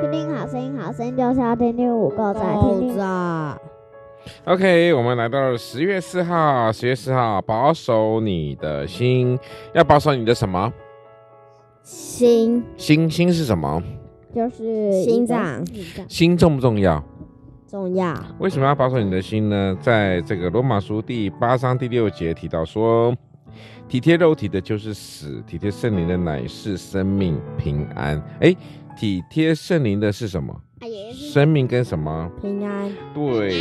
听听好声音，好声音就是要听听五够仔，听豆听子啊， OK，我们来到了十月四号，十月四号，保守你的心，要保守你的什么？心心心是什么？就是心脏心脏心重不重要？重要，为什么要保守你的心呢？在这个罗马书第八章第六节提到说，体贴肉体的就是死，体贴圣灵的乃是生命平安。诶，体贴圣灵的是什么？啊，也是生命跟什么？平安，对，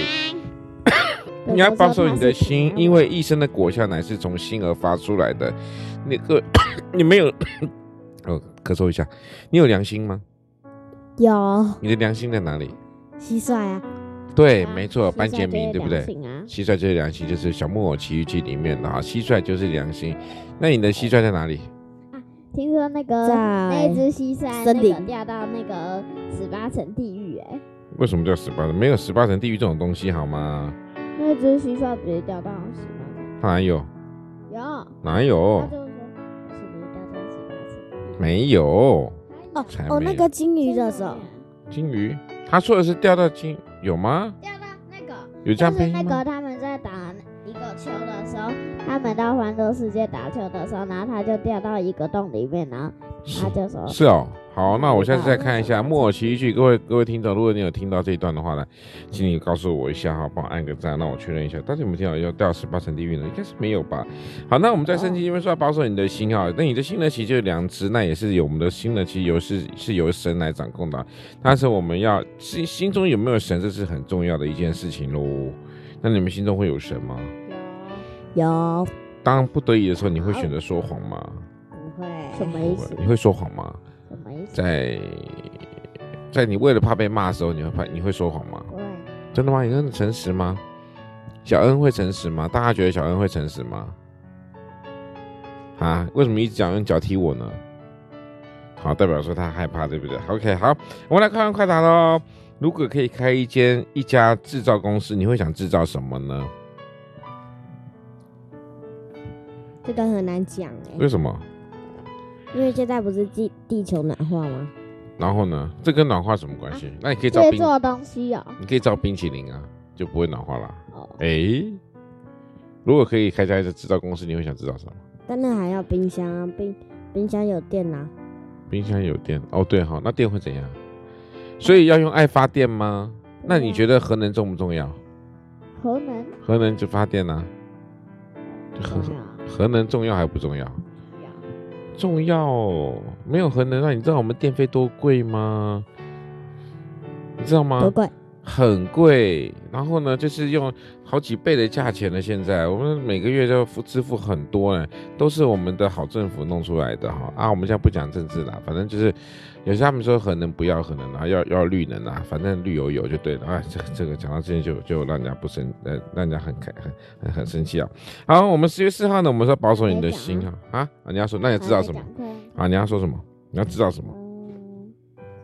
你要保守你的心，因为一生的果效乃是从心而发出来的。那个你没有， 哦，咳嗽一下，你有良心吗？有你的良心在哪里？蟋蟀啊，对，没错，班杰明，对不对？啊，蟋蟀就是良心，就是《小木偶奇遇记》里面的哈，蟋蟀就是良心。那你的蟋蟀在哪里？听说那个呃那在只蟋蟀森那林个掉到那个十八层地狱，哎，为什么叫十八层？没有十八层地狱这种东西好吗？那只蟋蟀不是掉到十八层？哪有？有，哪他有？就说是不是掉到十八层？没有。哦才哦，没那有个金鱼的手，金鱼，他说的是掉到金，有吗？掉到那个。有这就样是配那音个吗？他们在打一个球的时候，他们到欢乐世界打球的时候，然后他就掉到一个洞里面，然后是他就说是哦。好，那我下次再看一下《木偶奇遇记》。各位各位听众，如果你有听到这一段的话呢，请你告诉我一下哈，帮我按个赞，让我确认一下，到底有没有听到要掉十八层地狱呢？应该是没有吧。好，那我们在圣经里面说要保守你的心哈，那你的心呢，其实就有两只，那也是有我们的心呢，其实由是是由神来掌控的啊，但是我们要心心中有没有神，这是很重要的一件事情喽。那你们心中会有神吗？有当不得已的时候，你会选择说谎吗？不会什么意思？你会说谎吗？什么意思？在在你为了怕被骂的时候，你会怕你会说谎吗？对，真的吗？你真的诚实吗？小恩会诚实吗？大家觉得小恩会诚实吗？啊，为什么一直讲用脚踢我呢？好，代表说他害怕，对不对？OK，好，我们来看看快答喽。如果可以开一间一家制造公司，你会想制造什么呢？这个很难讲为哎，什么？因为现在不是地地球暖化吗？然后呢？这跟暖化什么关系？那你可以找会冰，做东西哦。你可以造冰淇淋啊，就不会暖化啦。哦，诶，如果可以开家一个制造公司，你会想制造什么？但那还要冰箱啊，冰冰箱有电啦，冰箱有电哦，对哈、那电会怎样？所以要用爱发电吗？嗯那你觉得核能重不重要？核能核能就发电啊，核重要核能重要还不重要？重要哦，没有核能，那你知道我们电费多贵吗？你知道吗？多贵？很贵，然后呢，就是用好几倍的价钱了。现在我们每个月都要付支付很多呢，都是我们的好政府弄出来的哈啊！我们现在不讲政治啦，反正就是有些他们说核能不要核能啊，要要绿能啊，反正绿油油就对了啊。这这个讲到这里就就让人家不生呃，让人家很开很很很生气啊。好，我们十月四号呢，我们说保守你的心哈啊啊！你要说，那你要知道什么还没讲对啊？你要说什么？你要知道什么？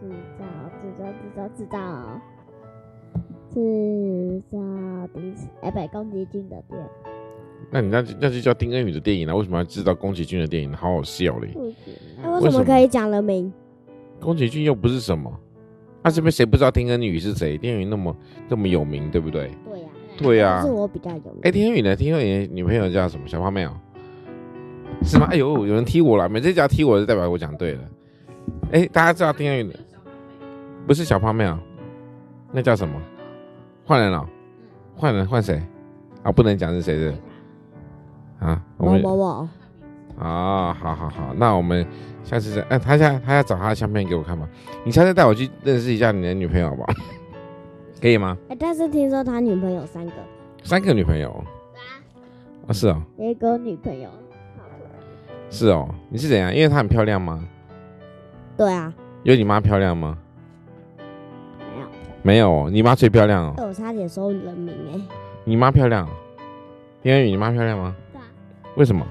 嗯，制造，制造，制造，制造，制造敌哎，不，宫崎骏的店，那你那就那就叫丁恩宇的电影啊了，为什么要知道宫崎骏的电影？好好笑嘞！不行哎，啊！为什为什么么可以讲人名？宫崎骏又不是什么，那、这边谁不知道丁恩宇是谁？丁恩宇那么那么有名，对不对？对呀，对呀、但是我比较有名。啊哎，丁恩宇呢？丁恩宇女朋友叫什么？小花妹哦，是吗？哎呦，有人踢我了，每次只要踢我就代表我讲对了。哎，大家知道丁恩宇的不是小花妹啊、那叫什么？换人了、哦换人换谁？啊，不能讲是谁的啊？我某们某某，啊，好好好，那我们下次再，哎、他下他要找他的相片给我看吗？你下次带我去认识一下你的女朋友好不好？可以吗？哎，但是听说他女朋友三个，三个女朋友？啊，是哦，也有女朋友，是哦，你是怎样？因为她很漂亮吗？对啊，有你妈漂亮吗？没有，你妈最漂亮哦，哎，我差点说人名哎，你妈漂亮哦，丁恩宇，你妈漂亮吗？对啊为什么？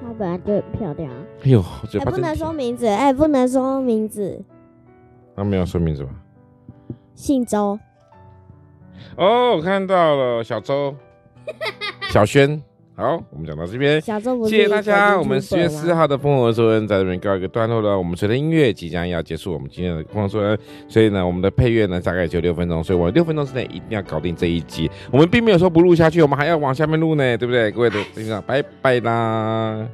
她本来就很漂亮啊。哎呦，嘴哎，巴不真能甜说名字，哎，不能说名字，他啊没有说名字吧？姓周，哦，我看到了，小周，小轩。好，我们讲到这边，小周不是谢谢大家。我们十十月四号的风和说恩在这边告一个段落了。我们随着音乐即将要结束我们今天的风和说恩，所以呢，我们的配乐呢大概只有六分钟，所以我六分钟之内一定要搞定这一集。我们并没有说不录下去，我们还要往下面录呢，对不对？各位的听众，拜拜啦。